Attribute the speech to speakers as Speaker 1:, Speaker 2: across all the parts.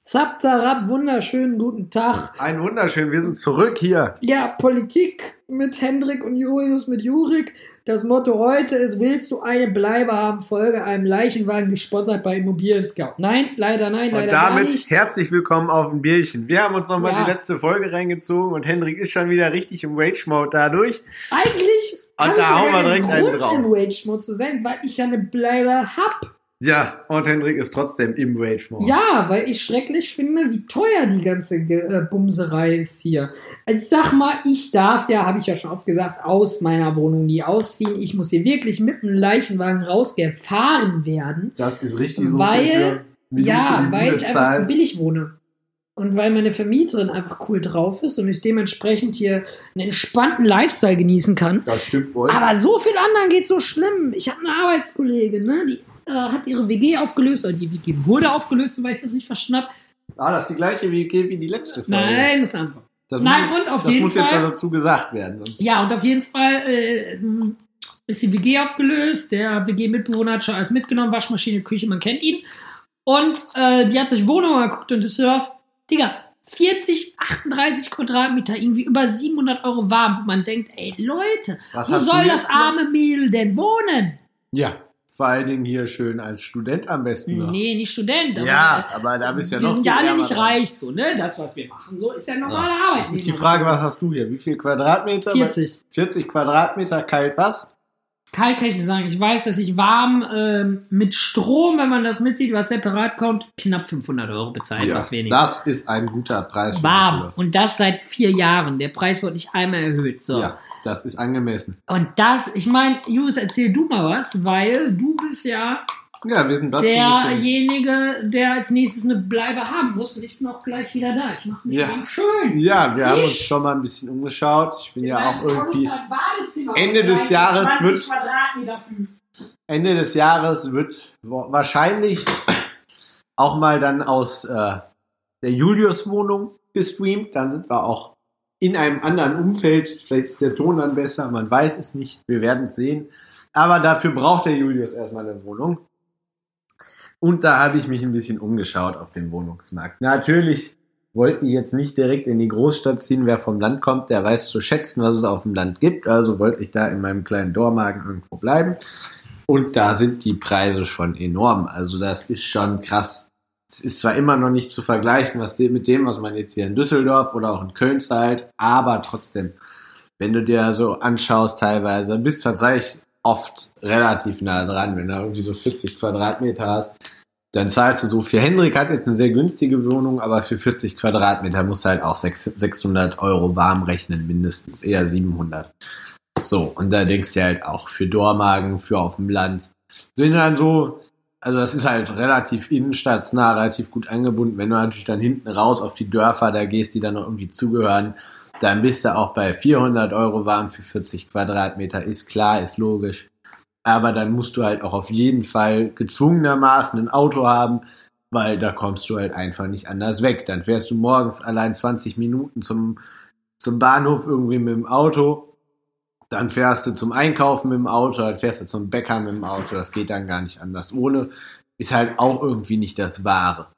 Speaker 1: Zaptarab, wunderschönen guten Tag.
Speaker 2: Ein wunderschön, wir sind zurück hier.
Speaker 1: Ja, Politik mit Hendrik und Jurius mit Jurik. Das Motto heute ist, willst du eine Bleibe haben, folge einem Leichenwagen, gesponsert bei Immobilien Scout. Nein, leider nein, leider
Speaker 2: Und
Speaker 1: gar
Speaker 2: damit
Speaker 1: nicht.
Speaker 2: herzlich willkommen auf ein Bierchen. Wir haben uns nochmal
Speaker 1: Ja.
Speaker 2: die letzte Folge reingezogen und Hendrik ist schon wieder richtig im Rage-Mode dadurch.
Speaker 1: Eigentlich
Speaker 2: Und
Speaker 1: habe
Speaker 2: da
Speaker 1: ich
Speaker 2: hauen wir
Speaker 1: ja einen
Speaker 2: direkt einen
Speaker 1: Grund,
Speaker 2: drauf.
Speaker 1: im Rage-Mode zu sein, weil ich ja eine Bleibe hab.
Speaker 2: Ja, und Hendrik ist trotzdem im Rage-Mode.
Speaker 1: Ja, weil ich schrecklich finde, wie teuer die ganze Ge- äh, Bumserei ist hier. Also ich sag mal, ich darf ja, habe ich ja schon oft gesagt, aus meiner Wohnung nie ausziehen. Ich muss hier wirklich mit einem Leichenwagen rausgefahren werden.
Speaker 2: Das ist richtig
Speaker 1: so Weil-
Speaker 2: viel für
Speaker 1: ja,
Speaker 2: die
Speaker 1: weil
Speaker 2: Bude
Speaker 1: ich einfach zu
Speaker 2: zahlst.
Speaker 1: billig wohne. Und weil meine Vermieterin einfach cool drauf ist und ich dementsprechend hier einen entspannten Lifestyle genießen kann.
Speaker 2: Das stimmt wohl.
Speaker 1: Aber so viel anderen geht so schlimm. Ich habe eine Arbeitskollegin, ne? die äh, hat ihre WG aufgelöst, oder die WG wurde aufgelöst, soweit ich das nicht verstanden habe.
Speaker 2: Ah, das ist die gleiche wie, wie die letzte Folge.
Speaker 1: Nein, das ist eine andere.
Speaker 2: das
Speaker 1: Nein,
Speaker 2: muss,
Speaker 1: und auf
Speaker 2: das
Speaker 1: jeden
Speaker 2: muss jetzt
Speaker 1: Fall-
Speaker 2: ja dazu gesagt werden. Sonst
Speaker 1: Ja, und auf jeden Fall äh, ist die WG aufgelöst. Der WG-Mitbewohner hat schon alles mitgenommen, Waschmaschine, Küche, man kennt ihn. Und äh, die hat sich Wohnungen angeguckt und ist auf, Digga, 40, 38 Quadratmeter, irgendwie über 700 Euro warm, wo man denkt, ey Leute,
Speaker 2: Was
Speaker 1: wo
Speaker 2: hast du
Speaker 1: soll
Speaker 2: jetzt
Speaker 1: das
Speaker 2: hier?
Speaker 1: arme Mädel denn wohnen?
Speaker 2: Ja, vor allen Dingen hier schön als Student am besten noch.
Speaker 1: Nee, nicht Student. aber,
Speaker 2: ja,
Speaker 1: äh,
Speaker 2: aber da bist du ja
Speaker 1: wir
Speaker 2: noch
Speaker 1: sind ja
Speaker 2: viel
Speaker 1: alle
Speaker 2: ärmer
Speaker 1: nicht
Speaker 2: dran.
Speaker 1: reich, so, ne? Das, was wir machen, so ist ja normale Arbeit.
Speaker 2: Jetzt ist die Frage, was hast du hier? Wie viel Quadratmeter?
Speaker 1: 40.
Speaker 2: 40 Quadratmeter kalt was?
Speaker 1: Kalt kann ich nicht sagen. Ich weiß, dass ich warm ähm, mit Strom, wenn man das mitzieht, was separat kommt, knapp 500 Euro bezahlt, was weniger.
Speaker 2: Das ist ein guter Preis für
Speaker 1: Warm.
Speaker 2: Düsseldorf.
Speaker 1: Und das seit vier Jahren. Der Preis wird nicht einmal erhöht. So.
Speaker 2: Ja, das ist angemessen.
Speaker 1: Und das, ich meine, Jus, erzähl du mal was, weil du bist ja
Speaker 2: Ja, wir sind dazu ein bisschen.
Speaker 1: derjenige, der als nächstes eine Bleibe haben muss. Und ich bin auch gleich wieder da. Ich mache mich
Speaker 2: Ja.
Speaker 1: mal schön.
Speaker 2: Ja, wir haben uns
Speaker 1: Frisch.
Speaker 2: schon mal ein bisschen umgeschaut. Ich bin ja auch
Speaker 1: Mein
Speaker 2: irgendwie.
Speaker 1: großer Badezimmer
Speaker 2: Ende des
Speaker 1: auf
Speaker 2: Jahres
Speaker 1: 20
Speaker 2: wird-
Speaker 1: Quadratmeter für-
Speaker 2: Ende des Jahres wird wa- wahrscheinlich auch mal dann aus äh, der Julius-Wohnung gestreamt. Dann sind wir auch in einem anderen Umfeld. Vielleicht ist der Ton dann besser, man weiß es nicht. Wir werden es sehen. Aber dafür braucht der Julius erstmal eine Wohnung. Und da habe ich mich ein bisschen umgeschaut auf dem Wohnungsmarkt. Natürlich wollte ich jetzt nicht direkt in die Großstadt ziehen. Wer vom Land kommt, der weiß zu schätzen, was es auf dem Land gibt. Also wollte ich da in meinem kleinen Dormagen irgendwo bleiben. Und da sind die Preise schon enorm. Also das ist schon krass. Es ist zwar immer noch nicht zu vergleichen was de mit dem, was man jetzt hier in Düsseldorf oder auch in Köln zahlt, aber trotzdem, wenn du dir so anschaust teilweise, bist tatsächlich oft relativ nah dran. Wenn du irgendwie so 40 Quadratmeter hast, dann zahlst du so viel. Hendrik hat jetzt eine sehr günstige Wohnung, aber für 40 Quadratmeter musst du halt auch sechs- 600 Euro warm rechnen, mindestens, eher 700. So, und da denkst du halt auch für Dormagen, für auf dem Land. Sind dann so, also das ist halt relativ innenstadtsnah, relativ gut angebunden. Wenn du natürlich dann hinten raus auf die Dörfer da gehst, die dann noch irgendwie zugehören, dann bist du auch bei 400 Euro warm für 40 Quadratmeter. Ist klar, ist logisch. Aber dann musst du halt auch auf jeden Fall gezwungenermaßen ein Auto haben, weil da kommst du halt einfach nicht anders weg. Dann fährst du morgens allein 20 Minuten zum, zum Bahnhof irgendwie mit dem Auto dann fährst du zum Einkaufen mit dem Auto, dann fährst du zum Bäcker mit dem Auto, das geht dann gar nicht anders. Ohne ist halt auch irgendwie nicht das Wahre.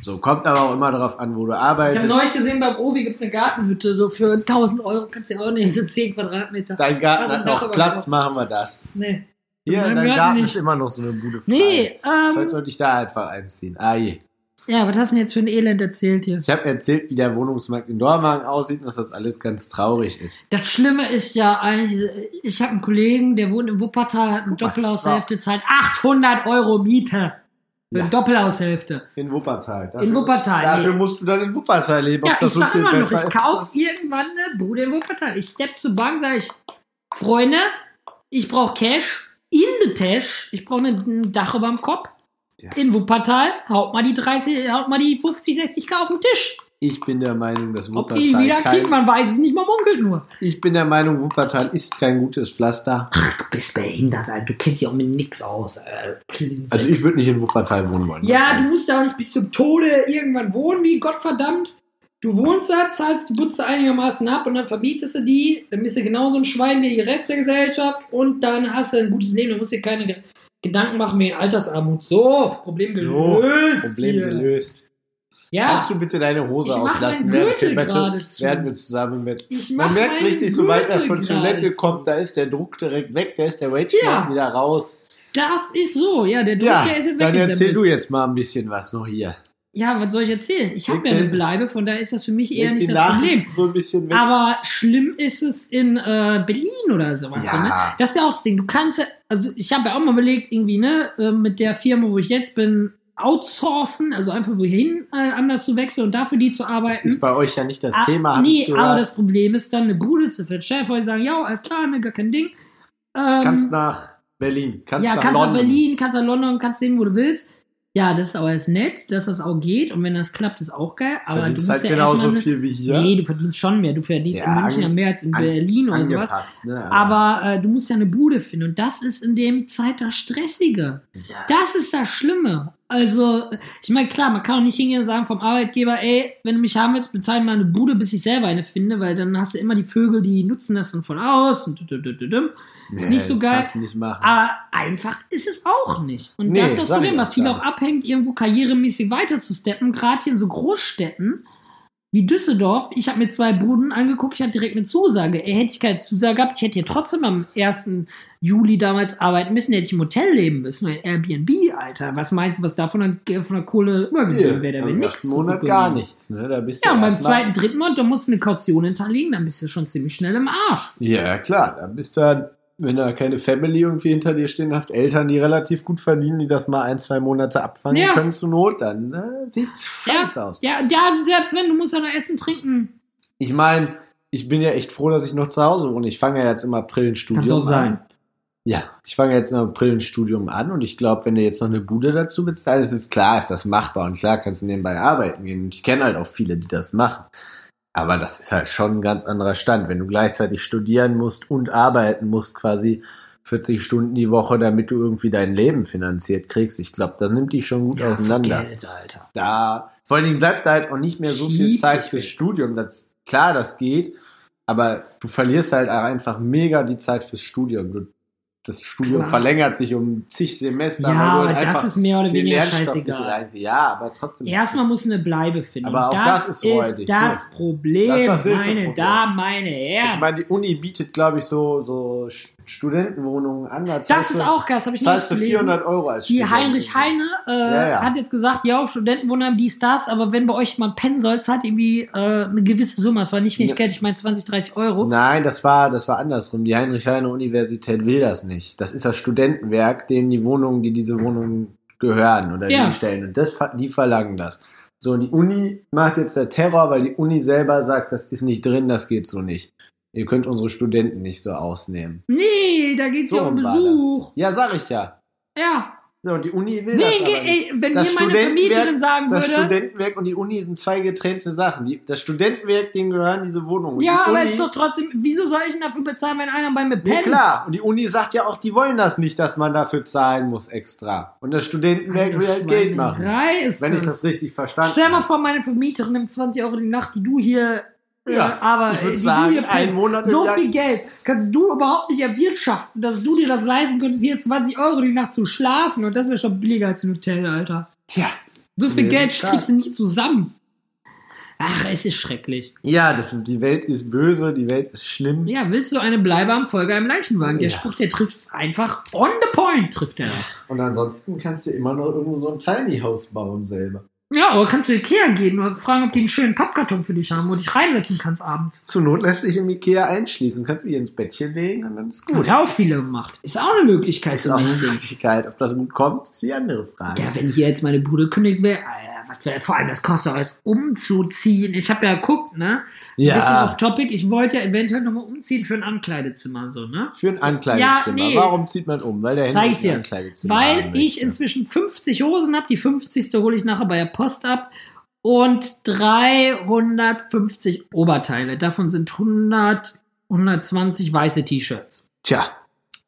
Speaker 2: So, kommt aber auch immer darauf an, wo du
Speaker 1: Ich habe
Speaker 2: arbeitest.
Speaker 1: neulich gesehen, beim Obi gibt es eine Gartenhütte, so für 1000 Euro kannst du ja auch nicht so 10 Quadratmeter.
Speaker 2: Dein Garten
Speaker 1: Also
Speaker 2: hat
Speaker 1: Dach
Speaker 2: noch
Speaker 1: über
Speaker 2: Platz,
Speaker 1: Kopf.
Speaker 2: machen wir das.
Speaker 1: nee,
Speaker 2: Hier,
Speaker 1: Nein,
Speaker 2: dein
Speaker 1: wir hatten
Speaker 2: Garten
Speaker 1: nicht.
Speaker 2: ist immer noch so eine Bude frei.
Speaker 1: nee
Speaker 2: Vielleicht
Speaker 1: ähm,
Speaker 2: sollte ich da einfach einziehen. Ah je.
Speaker 1: ja, was hast du denn jetzt für ein Elend erzählt hier?
Speaker 2: Ich habe erzählt, wie der Wohnungsmarkt in Dormagen aussieht und dass das alles ganz traurig ist.
Speaker 1: Das Schlimme ist ja eigentlich, ich habe einen Kollegen, der wohnt in Wuppertal, hat eine
Speaker 2: Guck mal,
Speaker 1: Doppelhaushälfte, zahlt 800 Euro Miete für
Speaker 2: Ja.
Speaker 1: eine Doppelhaushälfte.
Speaker 2: In Wuppertal. Dafür,
Speaker 1: In Wuppertal,
Speaker 2: Dafür
Speaker 1: nee.
Speaker 2: musst du dann in Wuppertal leben.
Speaker 1: Ja,
Speaker 2: Ob
Speaker 1: ich
Speaker 2: das so
Speaker 1: sag
Speaker 2: viel
Speaker 1: immer noch,
Speaker 2: besser
Speaker 1: ich
Speaker 2: ist,
Speaker 1: kauf
Speaker 2: ist
Speaker 1: irgendwann eine Bude in Wuppertal. Ich stepp zur Bank, sage ich, Freunde, ich brauche Cash in the Tash, ich brauche ein Dach über dem Kopf.
Speaker 2: Ja.
Speaker 1: In Wuppertal, haut mal die 30, haut mal die 50, 60k auf den Tisch.
Speaker 2: ich bin der Meinung, dass
Speaker 1: Ob
Speaker 2: Wuppertal
Speaker 1: die ihn wieder
Speaker 2: kein
Speaker 1: kriegt, man weiß es nicht, man munkelt nur.
Speaker 2: Ich bin der Meinung, Wuppertal ist kein gutes Pflaster.
Speaker 1: Du bist behindert, Alter. Du kennst dich auch mit nix aus. Äh, Klinze.
Speaker 2: Also ich würde nicht in Wuppertal wohnen wollen.
Speaker 1: ja, du musst da auch nicht bis zum Tode irgendwann wohnen, wie Gottverdammt. Du wohnst da, zahlst die Butze einigermaßen ab und dann verbietest du die. Dann bist du genauso ein Schwein wie die Rest der Gesellschaft und dann hast du ein gutes Leben. Du musst dir keine Ge- Gedanken machen wegen Altersarmut. So, Problem
Speaker 2: So,
Speaker 1: gelöst.
Speaker 2: Problem
Speaker 1: hier.
Speaker 2: gelöst.
Speaker 1: Ja,
Speaker 2: Kannst du bitte deine Hose
Speaker 1: Ich mach
Speaker 2: auslassen?
Speaker 1: mein
Speaker 2: Werden
Speaker 1: Gürtel
Speaker 2: wir,
Speaker 1: gerade
Speaker 2: werden,
Speaker 1: zu.
Speaker 2: werden wir zusammen mit.
Speaker 1: ich mach
Speaker 2: Man merkt
Speaker 1: meinen
Speaker 2: richtig, sobald er
Speaker 1: Gürtel
Speaker 2: von Toilette
Speaker 1: geradezu.
Speaker 2: kommt, da ist der Druck direkt weg, da ist der Rage
Speaker 1: Ja.
Speaker 2: wieder raus.
Speaker 1: Das ist so, ja, der Druck,
Speaker 2: Ja,
Speaker 1: der ist jetzt
Speaker 2: dann erzähl
Speaker 1: weggesammelt.
Speaker 2: du jetzt mal ein bisschen was noch hier.
Speaker 1: Ja, was soll ich erzählen? Ich
Speaker 2: Leg
Speaker 1: habe ja eine
Speaker 2: den-
Speaker 1: Bleibe, von daher ist das für mich eher
Speaker 2: Leg
Speaker 1: nicht
Speaker 2: die
Speaker 1: das Problem.
Speaker 2: Nachrichten so ein bisschen weg.
Speaker 1: Aber schlimm ist es in äh, Berlin oder sowas.
Speaker 2: Ja.
Speaker 1: So, ne? Das ist ja auch das Ding. Du kannst ja, also ich habe ja auch mal überlegt, irgendwie, ne, äh, mit der Firma, wo ich jetzt bin, outsourcen, also einfach wohin äh, anders zu wechseln und dafür die zu
Speaker 2: das
Speaker 1: arbeiten.
Speaker 2: ist bei euch ja nicht das
Speaker 1: Ah,
Speaker 2: Thema, hab
Speaker 1: nee,
Speaker 2: ich gehört.
Speaker 1: aber das Problem ist dann, eine Bude zu finden. Stell dir vor, die sagen, ja, alles klar, ne, gar kein Ding. Ähm,
Speaker 2: kannst nach Berlin, kannst
Speaker 1: ja,
Speaker 2: nach
Speaker 1: kannst
Speaker 2: London.
Speaker 1: nach Berlin, kannst nach London, kannst sehen, wo du willst. Ja, das ist aber jetzt nett, dass das auch geht. Und wenn das klappt, ist auch geil. Aber
Speaker 2: Verdienst
Speaker 1: du
Speaker 2: halt
Speaker 1: musst ja
Speaker 2: genauso
Speaker 1: erstmal eine-
Speaker 2: viel wie hier.
Speaker 1: Nee, du verdienst schon mehr. Du verdienst
Speaker 2: Ja,
Speaker 1: in München ja
Speaker 2: an-
Speaker 1: mehr als in
Speaker 2: an-
Speaker 1: Berlin oder sowas.
Speaker 2: Angepasst, ne?
Speaker 1: Aber äh, du musst ja eine Bude finden. Und das ist in dem Zeit das Stressige.
Speaker 2: ja.
Speaker 1: Das ist das Schlimme. Also, ich meine, klar, man kann auch nicht hingehen und sagen vom Arbeitgeber, ey, wenn du mich haben willst, bezahl mir mal eine Bude, bis ich selber eine finde, weil dann hast du immer die Vögel, die nutzen das dann voll aus. Und dü- dü- dü- dü- dü.
Speaker 2: nee,
Speaker 1: nicht so
Speaker 2: das
Speaker 1: geil.
Speaker 2: Kannst du nicht machen.
Speaker 1: Aber einfach ist es auch nicht. Und
Speaker 2: Nee,
Speaker 1: das ist das
Speaker 2: sag ich
Speaker 1: Problem,
Speaker 2: auch
Speaker 1: was viele
Speaker 2: gar
Speaker 1: auch abhängt, irgendwo karrieremäßig weiter zu steppen, gerade hier in so Großstädten wie Düsseldorf. Ich habe mir zwei Buden angeguckt, ich hatte direkt eine Zusage. Ey, hätte ich keine Zusage gehabt, ich hätte hier trotzdem am 1. Juli damals arbeiten müssen, hätte ich im Hotel leben müssen, ein Airbnb, Alter. Was meinst du, was davon an, von der Kohle übergeblieben wäre? Da wäre
Speaker 2: Am
Speaker 1: nichts.
Speaker 2: ersten Monat
Speaker 1: zurückgeblieben.
Speaker 2: gar nichts, ne? Da bist
Speaker 1: Ja,
Speaker 2: du
Speaker 1: und beim
Speaker 2: erstmal-
Speaker 1: zweiten, dritten Monat, da musst du eine Kaution hinterlegen, dann bist du schon ziemlich schnell im Arsch.
Speaker 2: Ja, klar, da bist du dann, wenn du keine Family irgendwie hinter dir stehen hast, Eltern, die relativ gut verdienen, die das mal ein, zwei Monate abfangen
Speaker 1: Ja.
Speaker 2: können zur Not, dann äh, sieht's scheiße aus.
Speaker 1: Ja, ja, selbst wenn, du musst ja noch essen, trinken,
Speaker 2: Ich meine, ich bin ja echt froh, dass ich noch zu Hause wohne. Ich fange ja jetzt im April ein Studium
Speaker 1: Kann's auch sein.
Speaker 2: an. Ja, ich fange jetzt im April ein Studium an und ich glaube, wenn du jetzt noch eine Bude dazu bezahlst, ist klar, ist das machbar und klar kannst du nebenbei arbeiten gehen. Und ich kenne halt auch viele, die das machen. Aber das ist halt schon ein ganz anderer Stand, wenn du gleichzeitig studieren musst und arbeiten musst, quasi 40 Stunden die Woche, damit du irgendwie dein Leben finanziert kriegst. Ich glaube, das nimmt dich schon gut
Speaker 1: Ja,
Speaker 2: auseinander.
Speaker 1: Geld, Alter.
Speaker 2: da, vor allen Dingen bleibt da halt auch nicht mehr so viel
Speaker 1: Schieb
Speaker 2: Zeit
Speaker 1: dich
Speaker 2: fürs
Speaker 1: weg.
Speaker 2: Studium. Das, klar, das geht, aber du verlierst halt auch einfach mega die Zeit fürs Studium. Du, das Studium
Speaker 1: Klar.
Speaker 2: verlängert sich um zig
Speaker 1: Ja,
Speaker 2: Semester. weil du
Speaker 1: aber
Speaker 2: halt
Speaker 1: das
Speaker 2: einfach
Speaker 1: ist mehr oder
Speaker 2: den
Speaker 1: weniger
Speaker 2: Lernstoff nicht
Speaker 1: scheißegal.
Speaker 2: rein- Ja, aber trotzdem. ist-
Speaker 1: Erstmal muss eine Bleibe finden.
Speaker 2: Aber
Speaker 1: Und
Speaker 2: auch das ist räudig,
Speaker 1: das Problem,
Speaker 2: Das ist das nächste
Speaker 1: meine
Speaker 2: Problem.
Speaker 1: Damen, meine Herren.
Speaker 2: Ich meine, die Uni bietet, glaube ich, so, so Sch- Studentenwohnungen an. Da
Speaker 1: das
Speaker 2: zahlst
Speaker 1: ist
Speaker 2: du-
Speaker 1: auch geil, das habe ich noch
Speaker 2: Zahlst
Speaker 1: nicht
Speaker 2: du
Speaker 1: gelesen.
Speaker 2: 400 Euro als
Speaker 1: Die
Speaker 2: Student.
Speaker 1: Heinrich Heine äh,
Speaker 2: Ja, ja.
Speaker 1: hat jetzt gesagt, ja, Studenten wundern dies, das, aber wenn bei euch mal pennen soll, zahlt irgendwie äh, eine gewisse Summe. Es war nicht wenig
Speaker 2: Ja.
Speaker 1: Geld, ich meine 20, 30 Euro.
Speaker 2: Nein, das war, das war andersrum. Die Heinrich-Heine-Universität will das nicht. Das ist das Studentenwerk, dem die Wohnungen, die diese Wohnungen gehören oder
Speaker 1: Ja.
Speaker 2: die stellen. Und das, ver- die verlangen das. So, und die Uni macht jetzt der Terror, weil die Uni selber sagt, das ist nicht drin, das geht so nicht. Ihr könnt unsere Studenten nicht so ausnehmen.
Speaker 1: Nee, da geht's
Speaker 2: So
Speaker 1: ja um
Speaker 2: war das.
Speaker 1: Besuch.
Speaker 2: Ja, sag ich ja.
Speaker 1: Ja.
Speaker 2: So, und die Uni will
Speaker 1: Nee,
Speaker 2: das aber
Speaker 1: ge-
Speaker 2: nicht.
Speaker 1: ey, wenn mir
Speaker 2: Das
Speaker 1: meine
Speaker 2: Studentenwerk-
Speaker 1: Vermieterin sagen
Speaker 2: Das
Speaker 1: würde,
Speaker 2: Studentenwerk und die Uni sind zwei getrennte Sachen. Die, das Studentenwerk, denen gehören diese Wohnungen.
Speaker 1: ja,
Speaker 2: die
Speaker 1: aber
Speaker 2: Uni,
Speaker 1: ist doch trotzdem, wieso soll ich denn dafür bezahlen, wenn einer bei mir pennt?
Speaker 2: Ja, klar. Und die Uni sagt ja auch, die wollen das nicht, dass man dafür zahlen muss extra. Und das Studentenwerk will halt Geld machen.
Speaker 1: Schweinerei Ist
Speaker 2: Wenn ich
Speaker 1: das.
Speaker 2: das richtig verstanden
Speaker 1: Stell mal
Speaker 2: habe.
Speaker 1: vor, meine Vermieterin nimmt 20 Euro die Nacht, die du hier. äh,
Speaker 2: Ja,
Speaker 1: aber
Speaker 2: ich
Speaker 1: äh,
Speaker 2: würde
Speaker 1: die
Speaker 2: sagen,
Speaker 1: du hier
Speaker 2: einen
Speaker 1: pennst.
Speaker 2: Monat
Speaker 1: So
Speaker 2: lang-
Speaker 1: viel Geld kannst du überhaupt nicht erwirtschaften, dass du dir das leisten könntest, hier 20 Euro die Nacht zu schlafen. Und das wäre schon billiger als ein Hotel, Alter.
Speaker 2: Tja.
Speaker 1: So viel
Speaker 2: Nee,
Speaker 1: Geld
Speaker 2: klar.
Speaker 1: kriegst du nie zusammen. Ach, es ist schrecklich.
Speaker 2: Ja, das, die Welt ist böse, die Welt ist schlimm.
Speaker 1: Ja, willst du eine Bleibe am Folge im Leichenwagen? Der
Speaker 2: Ja.
Speaker 1: Spruch, der trifft einfach on the point, trifft er.
Speaker 2: Und ansonsten kannst du immer noch irgendwo so ein Tiny House bauen selber.
Speaker 1: Ja, aber kannst du Ikea gehen und fragen, ob die einen schönen Pappkarton für dich haben, wo du dich reinsetzen kannst abends.
Speaker 2: Zur Not lässt dich im Ikea einschließen, kannst du hier ins Bettchen legen und dann ist
Speaker 1: Gut.
Speaker 2: gut.
Speaker 1: Hat auch viele gemacht. Ist auch eine Möglichkeit
Speaker 2: Ist
Speaker 1: zu
Speaker 2: auch eine
Speaker 1: machen.
Speaker 2: Möglichkeit. Ob das gut kommt, ist die andere Frage.
Speaker 1: Ja, wenn ich jetzt meine Bude kündigt wäre, was wäre, vor allem das kostet auch alles umzuziehen. Ich habe ja geguckt, ne? Ein bisschen auf Topic. Ich wollte ja eventuell nochmal umziehen für ein Ankleidezimmer, so, ne?
Speaker 2: Für ein Ankleidezimmer.
Speaker 1: Ja, nee.
Speaker 2: Warum zieht man um? Weil der Henry
Speaker 1: Zeig ich
Speaker 2: ein
Speaker 1: dir.
Speaker 2: Ankleidezimmer haben
Speaker 1: Weil ich
Speaker 2: möchte.
Speaker 1: inzwischen 50 Hosen habe. Die 50. hole ich nachher bei der Post ab. Und 350 Oberteile. Davon sind 100, 120 weiße T-Shirts.
Speaker 2: Tja,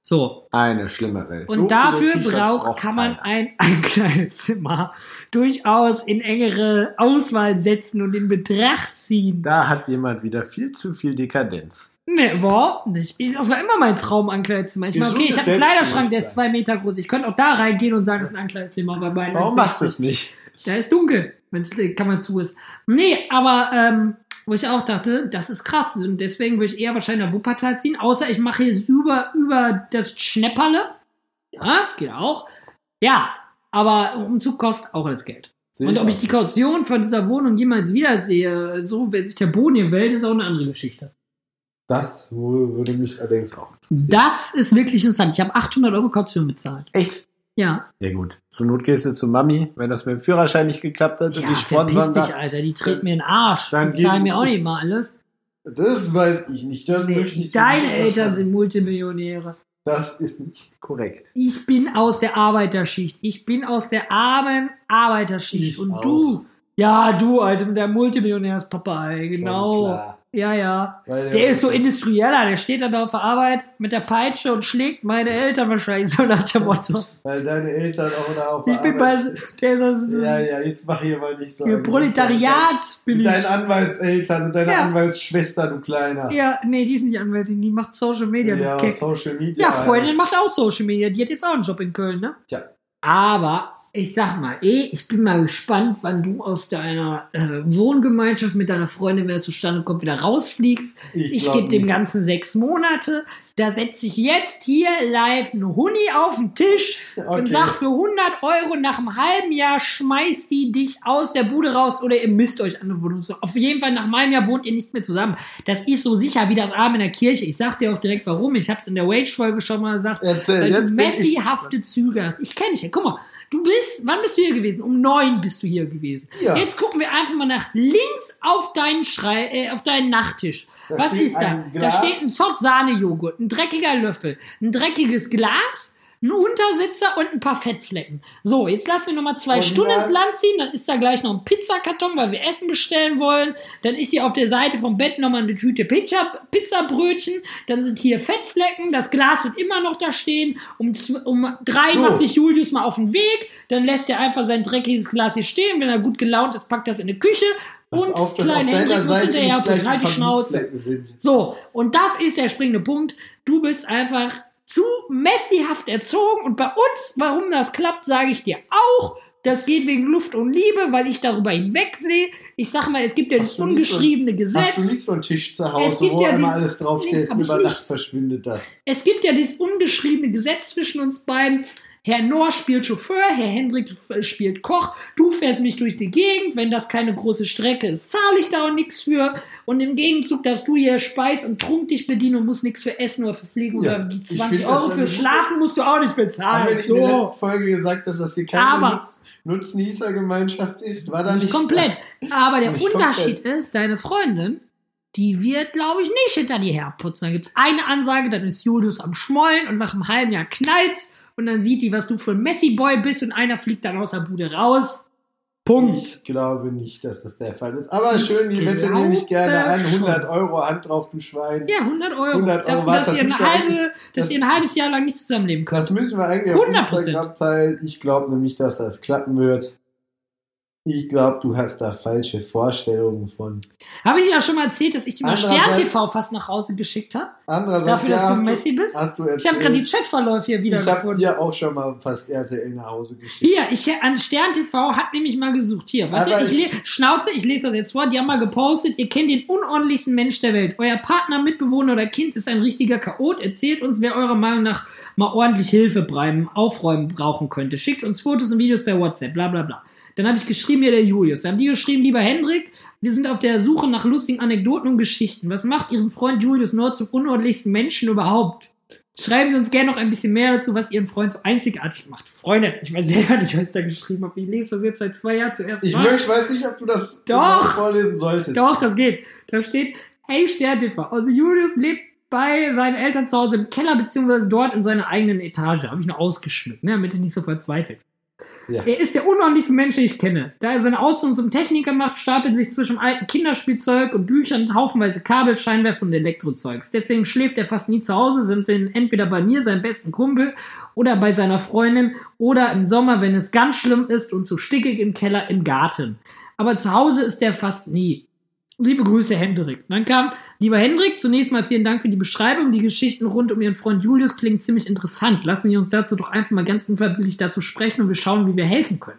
Speaker 1: So,
Speaker 2: eine schlimme
Speaker 1: Und
Speaker 2: Welt. So viele
Speaker 1: dafür
Speaker 2: T-Shirts
Speaker 1: braucht,
Speaker 2: braucht
Speaker 1: kann man
Speaker 2: keiner.
Speaker 1: ein, ein Kleidezimmer durchaus in engere Auswahl setzen und in Betracht ziehen.
Speaker 2: Da hat jemand wieder viel zu viel Dekadenz.
Speaker 1: Nee, überhaupt nicht. Ich, das war immer mein Traum, ein Kleidezimmer. Ich meine, okay, ich
Speaker 2: Gesundes
Speaker 1: habe einen Kleiderschrank, der ist
Speaker 2: Selbstbewusstsein.
Speaker 1: zwei Meter groß. Ich könnte auch da reingehen und sagen, das ist ein Ankleidezimmer. Aber bei meinen
Speaker 2: Warum
Speaker 1: 1,60
Speaker 2: machst du es nicht?
Speaker 1: Da ist dunkel. wenn es Kammer zu ist. Nee, aber ähm, wo ich auch dachte, das ist krass. Und deswegen würde ich eher wahrscheinlich nach Wuppertal ziehen, außer ich mache jetzt über, über das Schnepperle. Ja, geht auch. Ja, aber Umzug kostet auch alles Geld.
Speaker 2: Sehe
Speaker 1: Und ob ich
Speaker 2: auch.
Speaker 1: die Kaution von dieser Wohnung jemals wiedersehe, so wenn sich der Boden hier wählt, ist auch eine andere Geschichte.
Speaker 2: das wohl würde mich allerdings auch interessieren.
Speaker 1: Das ist wirklich interessant. Ich habe 800 Euro Kaution bezahlt.
Speaker 2: Echt?
Speaker 1: Ja.
Speaker 2: Ja gut. Zur Not gehst du zu Mami, wenn das mit dem Führerschein nicht geklappt hat
Speaker 1: Ja,
Speaker 2: und die
Speaker 1: verpiss
Speaker 2: sponsern
Speaker 1: dich,
Speaker 2: da.
Speaker 1: Alter. Die treten mir in den Arsch.
Speaker 2: Dann
Speaker 1: Die zahlen
Speaker 2: gehen-
Speaker 1: mir auch nicht mal alles.
Speaker 2: Das weiß ich nicht. Das möchte ich nicht so
Speaker 1: Deine
Speaker 2: nicht
Speaker 1: Eltern
Speaker 2: unterschreiben.
Speaker 1: sind Multimillionäre.
Speaker 2: Das ist nicht korrekt.
Speaker 1: Ich bin aus der Arbeiterschicht. Ich bin aus der armen Arbeiterschicht.
Speaker 2: Ich
Speaker 1: Und
Speaker 2: auch.
Speaker 1: du? Ja, du, also Alter, mit deinem Multimillionärspapa, ey.
Speaker 2: Schon
Speaker 1: Genau.
Speaker 2: klar.
Speaker 1: Ja, ja.
Speaker 2: Weil
Speaker 1: Der ist so industrieller, der steht dann da auf der Arbeit mit der Peitsche und schlägt meine Eltern wahrscheinlich so nach dem Motto.
Speaker 2: Weil deine Eltern auch da auf
Speaker 1: Ich bin bei,
Speaker 2: Arbeit-
Speaker 1: der ist also so
Speaker 2: Ja, ja, jetzt mach hier mal nicht so.
Speaker 1: für
Speaker 2: ein-
Speaker 1: Proletariat bin
Speaker 2: Mit
Speaker 1: ich.
Speaker 2: deinen Anwaltseltern und deiner
Speaker 1: Ja.
Speaker 2: Anwaltsschwester, du Kleiner.
Speaker 1: Ja, nee, die ist nicht Anwältin, die macht Social Media.
Speaker 2: Ja,
Speaker 1: du Keck.
Speaker 2: Social Media.
Speaker 1: ja Freundin
Speaker 2: Alter.
Speaker 1: macht auch Social Media, die hat jetzt auch einen Job in Köln, ne?
Speaker 2: Tja.
Speaker 1: Aber ich sag mal, eh, ich bin mal gespannt, wann du aus deiner äh, Wohngemeinschaft mit deiner Freundin, wenn das zustande kommt, wieder rausfliegst. Ich,
Speaker 2: glaub
Speaker 1: gebe dem
Speaker 2: nicht.
Speaker 1: Ganzen sechs Monate. Da setze ich jetzt hier live einen Huni auf den Tisch
Speaker 2: Okay.
Speaker 1: und sag für 100 Euro nach einem halben Jahr schmeißt die dich aus der Bude raus oder ihr misst euch an eine Wohnung. So, Auf jeden Fall nach einem halben Jahr wohnt ihr nicht mehr zusammen. Das ist so sicher wie das Arm in der Kirche. Ich sag dir auch direkt warum. Ich hab's in der Wage-Folge schon mal gesagt.
Speaker 2: Erzähl,
Speaker 1: Weil
Speaker 2: jetzt
Speaker 1: du
Speaker 2: bin ich
Speaker 1: messihafte Züge hast. Ich kenne dich ja. Guck mal, du bist, wann bist du hier gewesen? Um neun bist du hier gewesen.
Speaker 2: Ja.
Speaker 1: Jetzt gucken wir einfach mal nach links auf deinen Schrei, äh, auf deinen Nachttisch.
Speaker 2: Da
Speaker 1: Was
Speaker 2: steht
Speaker 1: ist da?
Speaker 2: ein
Speaker 1: Da
Speaker 2: Glas.
Speaker 1: steht ein Zott Sahnejoghurt, ein dreckiger Löffel, ein dreckiges Glas, ein Untersitzer und ein paar Fettflecken. So, jetzt lassen wir nochmal zwei
Speaker 2: Und
Speaker 1: Stunden ins
Speaker 2: dann-
Speaker 1: Land ziehen, dann ist da gleich noch ein Pizzakarton, weil wir Essen bestellen wollen. Dann ist hier auf der Seite vom Bett nochmal eine Tüte Pizza, Pizzabrötchen. Dann sind hier Fettflecken, das Glas wird immer noch da stehen. Um, zw- um drei
Speaker 2: So.
Speaker 1: macht sich Julius mal auf den Weg, dann lässt er einfach sein dreckiges Glas hier stehen. Wenn er gut gelaunt ist, packt das in die Küche.
Speaker 2: Pass
Speaker 1: und
Speaker 2: auf, dass auf
Speaker 1: klein
Speaker 2: deiner
Speaker 1: Hendrik muss
Speaker 2: Seite
Speaker 1: hinterher
Speaker 2: nicht gleich
Speaker 1: gucken,
Speaker 2: ein
Speaker 1: halt die
Speaker 2: paar
Speaker 1: Schnauze.
Speaker 2: Blutflecken sind.
Speaker 1: So, und das ist der springende Punkt. Du bist einfach zu messihaft erzogen und bei uns, warum das klappt, sage ich dir auch. Das geht wegen Luft und Liebe, weil ich darüber hinwegsehe. Ich sag mal, es gibt ja
Speaker 2: Hast
Speaker 1: das
Speaker 2: du nicht so-
Speaker 1: ungeschriebene
Speaker 2: Hast du
Speaker 1: Gesetz.
Speaker 2: nicht so einen Tisch zu
Speaker 1: Es
Speaker 2: Hause,
Speaker 1: gibt
Speaker 2: wo
Speaker 1: ja
Speaker 2: einmal
Speaker 1: dieses-
Speaker 2: alles draufstellst
Speaker 1: Nee, hab
Speaker 2: und
Speaker 1: ich
Speaker 2: über Nacht
Speaker 1: nicht.
Speaker 2: verschwindet das?
Speaker 1: Es gibt ja dieses ungeschriebene Gesetz zwischen uns beiden. Herr Noor spielt Chauffeur, Herr Hendrik f- spielt Koch. Du fährst mich durch die Gegend. Wenn das keine große Strecke ist, zahle ich da auch nichts für. Und im Gegenzug darfst du hier Speis und Trunk dich bedienen und musst nichts für Essen oder für Pflege
Speaker 2: Ja,
Speaker 1: oder die
Speaker 2: ich find
Speaker 1: 20
Speaker 2: das
Speaker 1: Euro
Speaker 2: eine
Speaker 1: für
Speaker 2: gute-
Speaker 1: Schlafen musst du auch nicht
Speaker 2: Haben wir
Speaker 1: bezahlen.
Speaker 2: nicht in der
Speaker 1: Ah, So.
Speaker 2: letzten Folge gesagt, dass das hier keine
Speaker 1: Aber-
Speaker 2: Nutz Nutznießergemeinschaft ist? War da
Speaker 1: Nicht
Speaker 2: nicht
Speaker 1: komplett. Aber der
Speaker 2: Nicht
Speaker 1: Unterschied ist, deine Freundin, die wird, glaube ich, nicht hinter dir herputzen. Da gibt es eine Ansage, dann ist Julius am Schmollen und nach einem halben Jahr knallt's und dann sieht die, was du für ein Messi-Boy bist und einer fliegt dann aus der Bude raus. Punkt.
Speaker 2: Ich glaube nicht, dass das der Fall ist. Aber
Speaker 1: Ich
Speaker 2: schön, die Wette
Speaker 1: glaube
Speaker 2: nehme ich gerne an.
Speaker 1: schon.
Speaker 2: 100 Euro, Hand drauf, du Schwein.
Speaker 1: Ja, 100 Euro.
Speaker 2: 100 Euro,
Speaker 1: Dafür, dass,
Speaker 2: warte,
Speaker 1: ihr
Speaker 2: das
Speaker 1: eine
Speaker 2: müssen wir
Speaker 1: halbe, dass
Speaker 2: das-
Speaker 1: ihr ein halbes Jahr lang nicht zusammenleben könnt.
Speaker 2: Das müssen wir eigentlich auf
Speaker 1: 100%.
Speaker 2: Instagram teilen. Ich glaube nämlich, dass das klappen wird. Ich glaube, du hast da falsche Vorstellungen von.
Speaker 1: Habe ich ja schon mal erzählt, dass ich die mal
Speaker 2: Andererseits-
Speaker 1: Stern-TV fast nach Hause geschickt habe.
Speaker 2: Andererseits,
Speaker 1: Dafür, dass
Speaker 2: ja,
Speaker 1: du
Speaker 2: hast,
Speaker 1: Messi bist.
Speaker 2: du, hast du
Speaker 1: Ich habe gerade die
Speaker 2: erzählt,
Speaker 1: Chatverläufe hier
Speaker 2: ich habe
Speaker 1: wiedergefunden.
Speaker 2: dir auch schon mal fast RTL nach Hause geschickt.
Speaker 1: Hier, ich, an Stern TV hat nämlich mal gesucht. Hier, warte,
Speaker 2: Aber
Speaker 1: ich, le Schnauze, ich lese das jetzt vor. Die haben mal gepostet, ihr kennt den unordentlichsten Mensch der Welt. Euer Partner, Mitbewohner oder Kind ist ein richtiger Chaot. Erzählt uns, wer eurer Meinung nach mal ordentlich Hilfe beim Aufräumen brauchen könnte. Schickt uns Fotos und Videos per WhatsApp, bla bla bla. Dann habe ich geschrieben, hier der Julius. Dann haben die geschrieben, lieber Hendrik, wir sind auf der Suche nach lustigen Anekdoten und Geschichten. Was macht Ihren Freund Julius Nord zum unordentlichsten Menschen überhaupt? Schreiben Sie uns gerne noch ein bisschen mehr dazu, was Ihren Freund so einzigartig macht. Freunde, ich weiß selber nicht, was ich da geschrieben habe. Ich lese das jetzt seit zwei Jahren zuerst
Speaker 2: Ich
Speaker 1: mal.
Speaker 2: möchte, weiß nicht, ob du das
Speaker 1: Doch.
Speaker 2: genau vorlesen solltest.
Speaker 1: Doch, das geht. Da steht, hey Sterntiffer, also Julius lebt bei seinen Eltern zu Hause im Keller, beziehungsweise dort in seiner eigenen Etage. Habe ich noch ausgeschmückt, ne, damit er nicht so verzweifelt.
Speaker 2: Ja.
Speaker 1: Er ist der unordentlichste Mensch, den ich kenne. Da er seine Ausbildung zum Techniker macht, stapeln sich zwischen altem Kinderspielzeug und Büchern haufenweise Kabel, Scheinwerfer und Elektrozeugs. Deswegen schläft er fast nie zu Hause, sind wir entweder bei mir, seinem besten Kumpel, oder bei seiner Freundin, oder im Sommer, wenn es ganz schlimm ist und zu stickig im Keller im Garten. Aber zu Hause ist er fast nie. Liebe Grüße, Hendrik. Dann kam, lieber Hendrik, zunächst mal vielen Dank für die Beschreibung. Die Geschichten rund um Ihren Freund Julius klingen ziemlich interessant. Lassen Sie uns dazu doch einfach mal ganz unverbindlich dazu sprechen und wir schauen, wie wir helfen können.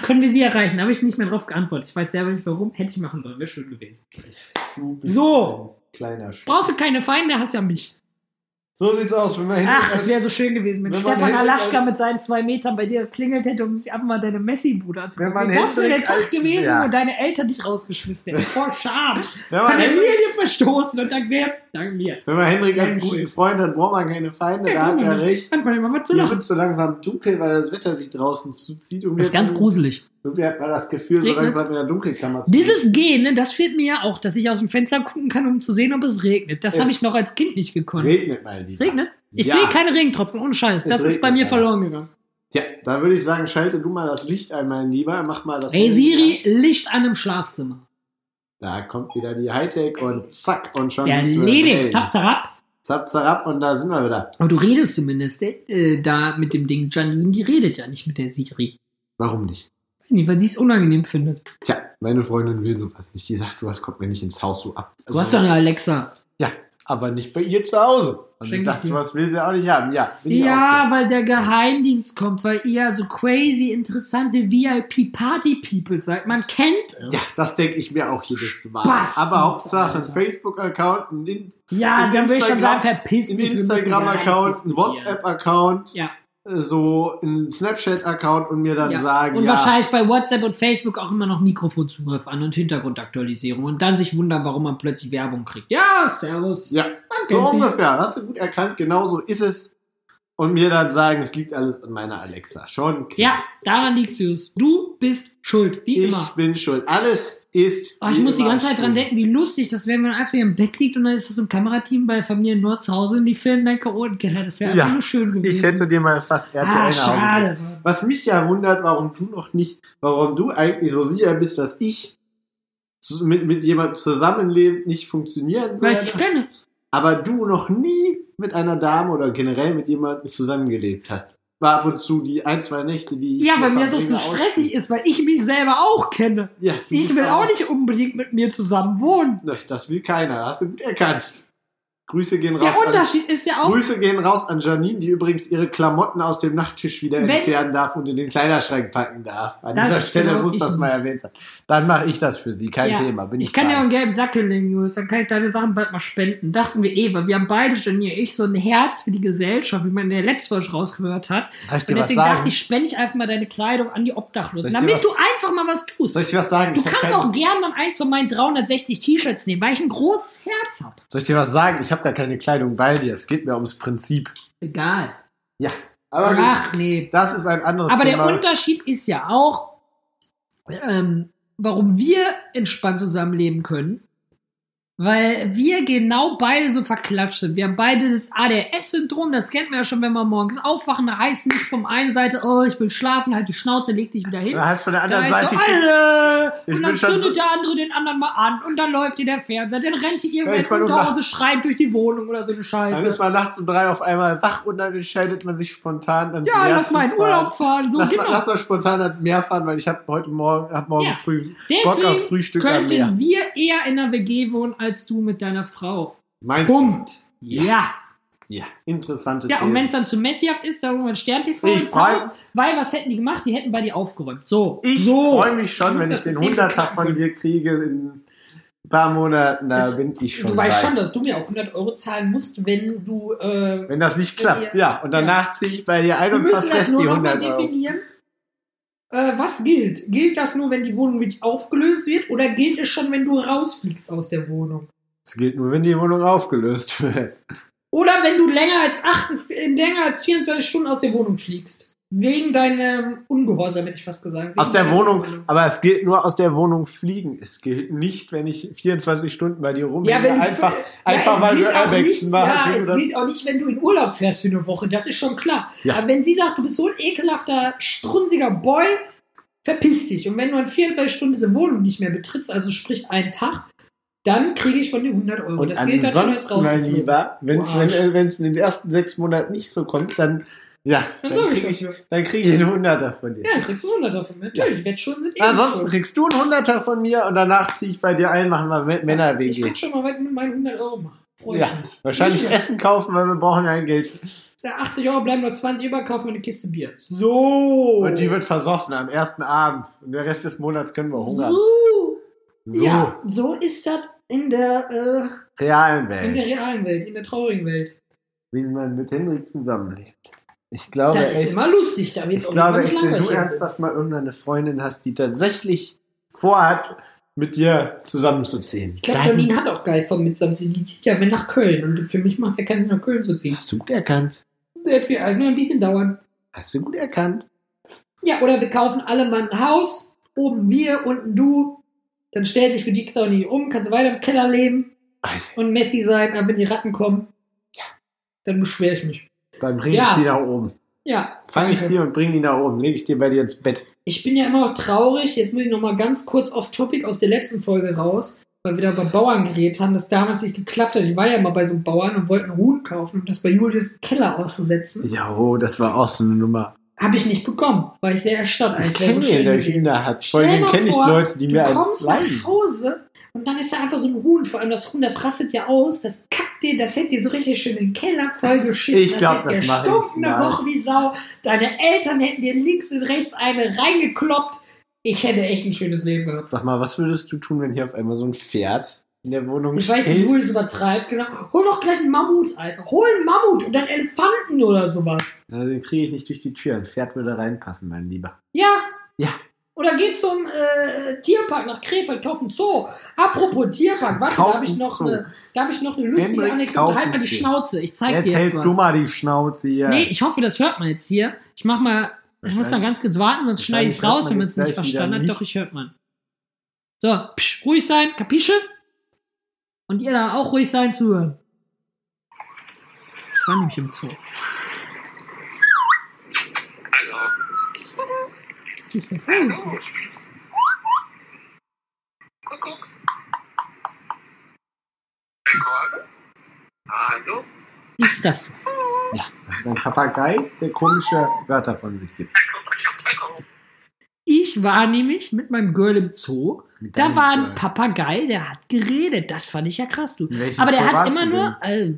Speaker 1: Können wir sie erreichen? Da habe ich nicht mehr drauf geantwortet. Ich weiß selber nicht warum. Hätte ich machen sollen. Wäre schön gewesen.
Speaker 2: Du bist
Speaker 1: So.
Speaker 2: ein Kleiner Sch
Speaker 1: Brauchst du keine Feinde, hast ja mich.
Speaker 2: So sieht's aus, wenn man hinten
Speaker 1: Ach,
Speaker 2: als-
Speaker 1: das wäre so schön gewesen, wenn,
Speaker 2: wenn man
Speaker 1: Stefan
Speaker 2: hinten
Speaker 1: Alaschka
Speaker 2: als-
Speaker 1: mit seinen zwei Metern bei dir klingelt hätte, um sich ab mal deine Messi-Bude
Speaker 2: Wenn man
Speaker 1: anzugucken. Das wäre der
Speaker 2: Hendrik
Speaker 1: Tag
Speaker 2: als-
Speaker 1: gewesen,
Speaker 2: ja.
Speaker 1: wo deine Eltern dich rausgeschmissen hätten. Vor Scham.
Speaker 2: Wenn man, Henrik,
Speaker 1: Familie verstoßen und dank wer? Dank mir.
Speaker 2: wenn man Henrik als
Speaker 1: Dankeschön.
Speaker 2: guten Freund hat, braucht man keine Feinde, da hat er recht.
Speaker 1: Hat meine Mama zu
Speaker 2: Hier
Speaker 1: lachen.
Speaker 2: wird so langsam dunkel, weil das Wetter sich draußen zuzieht. Und
Speaker 1: Das ist ganz gruselig.
Speaker 2: Irgendwie hat man das Gefühl, so
Speaker 1: Regnet's?
Speaker 2: langsam in der Dunkelkammer zu
Speaker 1: Dieses Gehen, ne, das fehlt mir ja auch, dass ich aus dem Fenster gucken kann, um zu sehen, ob es regnet. Das
Speaker 2: Es-
Speaker 1: habe ich noch als Kind nicht gekonnt.
Speaker 2: regnet, meine Lieben.
Speaker 1: Regnet? Ich
Speaker 2: Ja.
Speaker 1: sehe keine Regentropfen, ohne Scheiß.
Speaker 2: Es
Speaker 1: Das ist bei
Speaker 2: regnet,
Speaker 1: mir
Speaker 2: ja.
Speaker 1: verloren gegangen.
Speaker 2: Ja, da würde ich sagen, schalte du mal das Licht ein, mein Lieber. Mach mal das
Speaker 1: Hey
Speaker 2: Handy
Speaker 1: Siri,
Speaker 2: an.
Speaker 1: Licht an im Schlafzimmer.
Speaker 2: Da kommt wieder die Hightech und zack und schon
Speaker 1: Ja,
Speaker 2: sind wir
Speaker 1: ledig,
Speaker 2: drin.
Speaker 1: zap, zap, ab.
Speaker 2: zap, zap und da sind wir wieder.
Speaker 1: Aber du redest zumindest äh, da mit dem Ding Janine, die redet ja nicht mit der Siri.
Speaker 2: Warum nicht?
Speaker 1: Weiß nicht, Weil sie es unangenehm findet.
Speaker 2: Tja, meine Freundin will sowas nicht. Die sagt, sowas kommt mir nicht ins Haus so ab.
Speaker 1: Du hast doch eine Alexa.
Speaker 2: Ja, aber nicht bei ihr zu Hause. Und sie
Speaker 1: Schenk ich
Speaker 2: sagt,
Speaker 1: dir.
Speaker 2: sowas will sie auch nicht haben. Ja, bin ich
Speaker 1: Ja, weil der Geheimdienst kommt, weil ihr ja so crazy interessante VIP-Party-People seid. Man kennt
Speaker 2: auch
Speaker 1: es.
Speaker 2: für. Ja, das denke ich mir auch jedes Mal.
Speaker 1: Bastens,
Speaker 2: aber Hauptsache ein
Speaker 1: Alter.
Speaker 2: Facebook-Account, ein, In
Speaker 1: Ja,
Speaker 2: Ein
Speaker 1: dann will ich schon sagen,
Speaker 2: Instagram-
Speaker 1: verpiss
Speaker 2: ein
Speaker 1: dich. wir müssen gar nicht
Speaker 2: Instagram-Account, ein
Speaker 1: diskutieren.
Speaker 2: WhatsApp-Account,
Speaker 1: Ja.
Speaker 2: äh, so ein Snapchat-Account und mir dann
Speaker 1: Ja.
Speaker 2: sagen,
Speaker 1: und
Speaker 2: ja,
Speaker 1: wahrscheinlich bei WhatsApp und Facebook auch immer noch Mikrofonzugriff an und Hintergrundaktualisierung und dann sich wundern, warum man plötzlich Werbung kriegt. Ja, servus.
Speaker 2: ja,
Speaker 1: Man
Speaker 2: so
Speaker 1: kennt sich.
Speaker 2: ungefähr. Hast du gut erkannt, genau so ist es. Und mir dann sagen, es liegt alles an meiner Alexa. Schon klar.
Speaker 1: ja, daran liegt es. Du bist schuld, wie
Speaker 2: Ich
Speaker 1: immer.
Speaker 2: bin schuld. Alles ist.
Speaker 1: Oh, ich
Speaker 2: wie
Speaker 1: muss die
Speaker 2: immer
Speaker 1: ganze Zeit dran
Speaker 2: schuld.
Speaker 1: denken, wie lustig das wäre, wenn man einfach hier im Bett liegt und dann ist das im Kamerateam bei Familie Nord zu Hause und die filmen dein Karottenkeller. Das wäre
Speaker 2: Ja,
Speaker 1: einfach nur schön gewesen.
Speaker 2: Ich hätte dir mal fast RTL
Speaker 1: ah,
Speaker 2: nach Hause gegeben.
Speaker 1: schade.
Speaker 2: Was mich ja wundert, warum du noch nicht, warum du eigentlich so sicher bist, dass ich zu- mit, mit jemandem zusammenleben nicht funktionieren
Speaker 1: Weil ich dich
Speaker 2: würde,
Speaker 1: kenne.
Speaker 2: aber du noch nie mit einer Dame oder generell mit jemandem zusammengelebt hast. War ab und zu die ein, zwei Nächte, die ich
Speaker 1: Ja,
Speaker 2: hier
Speaker 1: weil mir das auch
Speaker 2: verbringe,
Speaker 1: so stressig
Speaker 2: ausschließen.
Speaker 1: ist, weil ich mich selber auch kenne.
Speaker 2: Ja, du
Speaker 1: Ich
Speaker 2: bist
Speaker 1: will
Speaker 2: aber-
Speaker 1: auch nicht unbedingt mit mir zusammen wohnen.
Speaker 2: Ne, Das will keiner, hast du gut erkannt. Grüße gehen raus.
Speaker 1: Der Unterschied ist ja
Speaker 2: An,
Speaker 1: auch,
Speaker 2: Grüße gehen raus an Janine, die übrigens ihre Klamotten aus dem Nachttisch wieder
Speaker 1: Wenn-
Speaker 2: entfernen darf und in den Kleiderschrank packen darf. An
Speaker 1: Das
Speaker 2: dieser Stelle
Speaker 1: glaub
Speaker 2: muss
Speaker 1: ich
Speaker 2: das mal
Speaker 1: nicht.
Speaker 2: erwähnt sein. Dann mache ich das für sie, kein
Speaker 1: Ja.
Speaker 2: Thema. Bin ich
Speaker 1: ich kann ja auch
Speaker 2: fein.
Speaker 1: einen gelben Sack hinlegen, Julius, dann kann ich deine Sachen bald mal spenden. Dachten wir eh, weil wir haben beide schon hier, ich so ein Herz für die Gesellschaft, wie man in der letzten Folge rausgehört hat.
Speaker 2: Soll ich dir
Speaker 1: Und
Speaker 2: was
Speaker 1: deswegen
Speaker 2: sagen?
Speaker 1: dachte ich, spende ich einfach mal deine Kleidung an die Obdachlosen,
Speaker 2: Soll ich dir was-
Speaker 1: damit du einfach mal was tust.
Speaker 2: Soll ich dir was sagen?
Speaker 1: Du
Speaker 2: Ich hab
Speaker 1: kannst
Speaker 2: kein-
Speaker 1: auch gern dann eins von meinen 360 T-Shirts nehmen, weil ich ein großes Herz habe.
Speaker 2: Soll ich dir was sagen? Ich habe gar keine Kleidung bei dir. Es geht mir ums Prinzip.
Speaker 1: Egal.
Speaker 2: Ja. Aber gut,
Speaker 1: Ach nee.
Speaker 2: das ist ein anderes
Speaker 1: Aber der
Speaker 2: Thema.
Speaker 1: Unterschied ist ja auch, ähm, warum wir entspannt zusammenleben können. Weil wir genau beide so verklatscht sind. Wir haben beide das ADS-Syndrom, das kennt man ja schon, wenn wir morgens aufwachen. Da heißt nicht vom einen Seite, oh, ich will schlafen, halt die Schnauze, leg dich wieder hin.
Speaker 2: Da heißt von der
Speaker 1: Da
Speaker 2: anderen
Speaker 1: heißt
Speaker 2: Seite.
Speaker 1: so, alle! Und
Speaker 2: Ich bin
Speaker 1: dann
Speaker 2: schon
Speaker 1: zündet
Speaker 2: so-
Speaker 1: der andere den anderen mal an und dann läuft ihr der Fernseher, dann rennt ihr
Speaker 2: Da
Speaker 1: irgendwann
Speaker 2: ist man
Speaker 1: zu
Speaker 2: um
Speaker 1: Hause schreiend durch die Wohnung oder so eine
Speaker 2: dann
Speaker 1: Scheiße.
Speaker 2: ist man nachts um drei auf einmal wach und dann entscheidet man sich spontan. ans
Speaker 1: Ja,
Speaker 2: Meer
Speaker 1: lass
Speaker 2: zu
Speaker 1: mal in
Speaker 2: fahren.
Speaker 1: Urlaub fahren, so
Speaker 2: lass,
Speaker 1: genau.
Speaker 2: mal, lass mal spontan ans Meer fahren, weil ich habe heute Morgen, hab morgen
Speaker 1: Ja.
Speaker 2: früh Bock auf
Speaker 1: Deswegen
Speaker 2: Frühstück am Meer.
Speaker 1: könnten wir eher in einer WG wohnen, als du mit deiner Frau.
Speaker 2: Meinst du?
Speaker 1: Punkt. Ja.
Speaker 2: Ja, interessante
Speaker 1: Ja,
Speaker 2: Thesen.
Speaker 1: und wenn es dann zu messihaft ist, dann holen wir ein Stern-TV
Speaker 2: Ich
Speaker 1: ins
Speaker 2: freu-
Speaker 1: Haus. Weil, was hätten die gemacht? Die hätten bei dir aufgeräumt. So.
Speaker 2: ich
Speaker 1: so. eh
Speaker 2: freue mich schon,
Speaker 1: Du
Speaker 2: wenn ich
Speaker 1: musst das
Speaker 2: den
Speaker 1: System
Speaker 2: 100er
Speaker 1: knacken
Speaker 2: von
Speaker 1: können.
Speaker 2: dir kriege in ein paar Monaten. Da
Speaker 1: Das-
Speaker 2: bin ich schon
Speaker 1: Du weißt
Speaker 2: bei.
Speaker 1: schon, dass du mir auch 100 Euro zahlen musst, wenn du... Äh,
Speaker 2: Wenn das nicht klappt,
Speaker 1: wir-
Speaker 2: ja. Und danach ziehe ich bei dir ein
Speaker 1: Wir
Speaker 2: und
Speaker 1: müssen das
Speaker 2: verfress
Speaker 1: nur
Speaker 2: die
Speaker 1: nochmal
Speaker 2: 100 Euro.
Speaker 1: definieren. Äh, was gilt? Gilt das nur, wenn die Wohnung wirklich aufgelöst wird oder gilt es schon, wenn du rausfliegst aus der Wohnung?
Speaker 2: Das gilt nur, wenn die Wohnung aufgelöst wird.
Speaker 1: Oder wenn du länger als, 8, äh, länger als 24 Stunden aus der Wohnung fliegst? Wegen deinem Ungehorsam, hätte ich fast gesagt. Wegen
Speaker 2: Aus der
Speaker 1: deiner
Speaker 2: Wohnung, aber es gilt nur aus der Wohnung fliegen. Es gilt nicht, wenn ich 24 Stunden bei dir rumhänge.
Speaker 1: Ja, wenn
Speaker 2: einfach,
Speaker 1: du,
Speaker 2: einfach
Speaker 1: es
Speaker 2: weil
Speaker 1: gilt
Speaker 2: du
Speaker 1: auch
Speaker 2: Airbags
Speaker 1: nicht- Ja,
Speaker 2: machst.
Speaker 1: es gilt auch nicht, wenn du in Urlaub fährst für eine Woche. Das ist schon klar.
Speaker 2: Ja.
Speaker 1: Aber wenn sie sagt, du bist so ein ekelhafter, strunziger Boy, verpiss dich. Und wenn du in 24 Stunden diese Wohnung nicht mehr betrittst, also sprich einen Tag, dann kriege ich von dir 100 Euro.
Speaker 2: Und
Speaker 1: das gilt dann schon als
Speaker 2: ansonsten, mein
Speaker 1: rausgeflogen.
Speaker 2: Lieber, wenn's,
Speaker 1: Du
Speaker 2: wenn
Speaker 1: Arsch.
Speaker 2: es in den ersten sechs Monaten nicht so kommt, dann, ja,
Speaker 1: Dann
Speaker 2: dann,
Speaker 1: sorge ich
Speaker 2: kriege ich,
Speaker 1: dafür.
Speaker 2: dann krieg ich einen Hunderter von dir.
Speaker 1: Ja, 600 davon. Natürlich, ja. Wettschulden sind eh
Speaker 2: Ansonsten
Speaker 1: nicht
Speaker 2: kriegst du einen Hunderter von mir und danach ziehe ich bei dir ein, machen wir M-
Speaker 1: schuld. Ich
Speaker 2: Männer-WG.
Speaker 1: kann schon mal weit mit meinen 100 Euro machen. Freue
Speaker 2: Ja,
Speaker 1: ich mich.
Speaker 2: wahrscheinlich
Speaker 1: Ja.
Speaker 2: Essen kaufen, weil wir brauchen ja ein Geld.
Speaker 1: Der 80 Euro bleiben noch 20 über, kaufen wir eine Kiste Bier.
Speaker 2: So. Und die wird versoffen am ersten Abend. Und der Rest des Monats können wir hungern.
Speaker 1: So.
Speaker 2: Oh, So.
Speaker 1: Ja, so ist das in der, äh,
Speaker 2: Realen
Speaker 1: in der
Speaker 2: Welt.
Speaker 1: realen Welt, in der traurigen Welt.
Speaker 2: Wie man mit Henrik zusammenlebt. Ich glaube,
Speaker 1: das ist
Speaker 2: echt,
Speaker 1: immer lustig, da wird
Speaker 2: ich glaube
Speaker 1: nicht
Speaker 2: echt, wenn du
Speaker 1: langweilig.
Speaker 2: ernsthaft mal irgendwann eine Freundin hast, die tatsächlich vorhat, mit dir zusammenzuziehen.
Speaker 1: Ich glaube, Janine hat auch geil von mitsammen. Die zieht ja wenn nach Köln. Und für mich macht es ja keinen Sinn, nach Köln zu ziehen.
Speaker 2: Hast du gut erkannt.
Speaker 1: Das wird also nur ein bisschen dauern.
Speaker 2: Hast du gut erkannt.
Speaker 1: Ja, oder wir kaufen alle mal ein Haus. Oben wir, unten du. Dann stellt sich für die auch nicht um. Kannst du weiter im Keller leben
Speaker 2: Alter,
Speaker 1: und Messi sein. Aber wenn die Ratten kommen, ja, dann beschwere ich mich.
Speaker 2: Dann bringe ich
Speaker 1: Ja.
Speaker 2: die nach oben.
Speaker 1: Ja.
Speaker 2: Fange ich
Speaker 1: danke.
Speaker 2: die und bringe die nach oben. Lege ich die bei dir ins Bett.
Speaker 1: Ich bin ja immer noch traurig. Jetzt muss ich noch mal ganz kurz auf Topic aus der letzten Folge raus, weil wir da über Bauern geredet haben, das damals nicht geklappt hat. Ich war ja mal bei so einem Bauern und wollte einen Huhn kaufen, um das bei Julius Keller auszusetzen.
Speaker 2: Ja, oh, das war auch so eine Nummer.
Speaker 1: Habe ich nicht bekommen, weil ich sehr erstaunt.
Speaker 2: Ich
Speaker 1: es wäre
Speaker 2: kenne
Speaker 1: so
Speaker 2: den,
Speaker 1: schön
Speaker 2: der ihn
Speaker 1: gewesen.
Speaker 2: da hat. Vor
Speaker 1: Stell
Speaker 2: allem
Speaker 1: mal
Speaker 2: kenne ich
Speaker 1: vor,
Speaker 2: Leute, die
Speaker 1: Du
Speaker 2: mir als
Speaker 1: kommst
Speaker 2: Leiden.
Speaker 1: nach Hause und dann ist da einfach so ein Huhn. Vor allem das Huhn, das rastet ja aus, das kackt dir, das hält dir so richtig schön den Keller vollgeschissen.
Speaker 2: Ich glaub, das
Speaker 1: hätte
Speaker 2: mach ich.
Speaker 1: gestunken eine
Speaker 2: Nein.
Speaker 1: Woche wie Sau. Deine Eltern hätten dir links und rechts eine reingekloppt. Ich hätte echt ein schönes Leben gehabt.
Speaker 2: Sag mal, was würdest du tun, wenn hier auf einmal so ein Pferd in der Wohnung
Speaker 1: Ich weiß nicht,
Speaker 2: steht?
Speaker 1: wo es übertreibt, genau. Hol doch gleich einen Mammut, Alter. Hol einen Mammut und dann Elefanten oder sowas.
Speaker 2: Na, den kriege ich nicht durch die Tür. Ein Pferd würde reinpassen, mein Lieber.
Speaker 1: Ja.
Speaker 2: Ja.
Speaker 1: Oder geh zum äh, Tierpark nach Krefeld, kauf einen Zoo. Apropos Tierpark, warte,
Speaker 2: Kauf
Speaker 1: da habe ich,
Speaker 2: einen
Speaker 1: noch
Speaker 2: Zoo.
Speaker 1: eine- da hab ich noch eine lustige
Speaker 2: Henrik, kauf
Speaker 1: Anekdote. Halt mal
Speaker 2: einen
Speaker 1: die
Speaker 2: Zoo.
Speaker 1: Schnauze, ich zeig
Speaker 2: Jetzt
Speaker 1: dir jetzt
Speaker 2: hältst
Speaker 1: was.
Speaker 2: du mal die Schnauze hier.
Speaker 1: Nee, ich hoffe, das hört man jetzt hier. Ich mach mal, ich muss noch ganz kurz warten, sonst schneide ich es
Speaker 2: Wahrscheinlich
Speaker 1: raus,
Speaker 2: hört man
Speaker 1: wenn man
Speaker 2: jetzt
Speaker 1: es nicht
Speaker 2: gleich wieder
Speaker 1: verstanden hat. Doch, ich
Speaker 2: nichts.
Speaker 1: hört man. So, psch, ruhig sein, kapische? Und ihr da auch ruhig sein zuhören. Ich war nämlich im Zoo.
Speaker 3: Hallo.
Speaker 1: Hier Ist der Vogel.
Speaker 3: Kuckuck. Rekord. Hallo.
Speaker 1: Ist das was?
Speaker 2: Das ist ein Papagei, der komische Wörter von sich gibt.
Speaker 1: Ich war nämlich mit meinem Girl im Zoo.
Speaker 2: Mit
Speaker 1: Da
Speaker 2: deinem
Speaker 1: war ein
Speaker 2: Girl.
Speaker 1: Papagei, der hat geredet. Das fand ich ja krass, du.
Speaker 2: In welchem
Speaker 1: Aber der
Speaker 2: Zoo
Speaker 1: hat
Speaker 2: warst
Speaker 1: immer
Speaker 2: du
Speaker 1: nur, äh,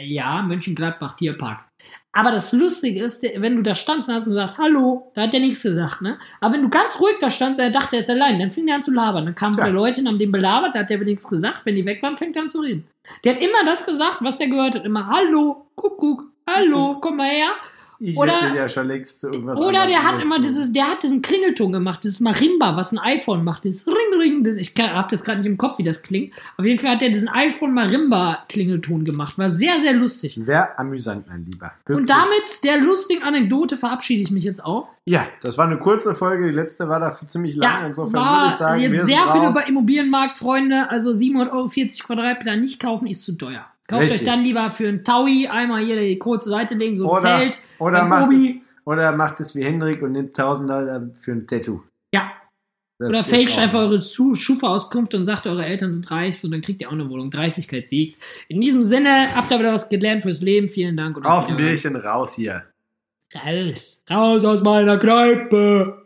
Speaker 1: äh, ja, Mönchengladbach Tierpark. Aber das Lustige ist, der, wenn du da standst und hast gesagt, hallo, da hat der nichts gesagt, ne? Aber wenn du ganz ruhig da standst, er dachte, er ist allein, dann fing er an zu labern. Dann kamen
Speaker 2: Tja.
Speaker 1: wieder Leute und haben den belabert, da hat der wieder nichts gesagt. Wenn die weg waren, fängt er an zu reden. Der hat immer das gesagt, was der gehört hat. Immer, hallo, Kuckuck, hallo, komm mal her.
Speaker 2: denn? Ich
Speaker 1: oder-
Speaker 2: hätte ja schon längst zu irgendwas
Speaker 1: Oder der
Speaker 2: anderem
Speaker 1: hat immer
Speaker 2: gezogen.
Speaker 1: dieses, der hat diesen Klingelton gemacht, dieses Marimba, was ein iPhone macht, dieses Ring Ring. Das, ich habe das gerade nicht im Kopf, wie das klingt. Auf jeden Fall hat er diesen iPhone Marimba Klingelton gemacht. War sehr sehr lustig.
Speaker 2: Sehr amüsant, mein Lieber. Hm, Wirklich.
Speaker 1: Und damit der lustigen Anekdote verabschiede ich mich jetzt auch.
Speaker 2: Ja, das war eine kurze Folge. Die letzte war dafür ziemlich lang. Insofern würde
Speaker 1: war
Speaker 2: ich sagen, wir
Speaker 1: jetzt
Speaker 2: sind
Speaker 1: sehr viel
Speaker 2: raus.
Speaker 1: über Immobilienmarkt, Freunde. Also 740 Euro Quadratmeter nicht kaufen ist zu teuer. Kauft
Speaker 2: Richtig.
Speaker 1: euch dann lieber für einen Taui einmal hier die kurze Seite legen, so ein
Speaker 2: Oder-
Speaker 1: Zelt.
Speaker 2: Oder
Speaker 1: Ein
Speaker 2: macht, es,
Speaker 1: Obi.
Speaker 2: oder macht es wie Hendrik und nimmt Tausender äh, für ein Tattoo.
Speaker 1: Ja.
Speaker 2: Das
Speaker 1: Oder
Speaker 2: ist
Speaker 1: fälscht
Speaker 2: auch-
Speaker 1: einfach eure Zu- Schufa-Auskunft und sagt, eure Eltern sind reich und dann kriegt ihr auch eine Wohnung. Dreistigkeit siegt. In diesem Sinne, habt ihr wieder was gelernt fürs Leben. Vielen Dank. Und
Speaker 2: Auf ein
Speaker 1: Wiederhören.
Speaker 2: Bierchen raus hier.
Speaker 1: Raus. Raus aus meiner Kneipe.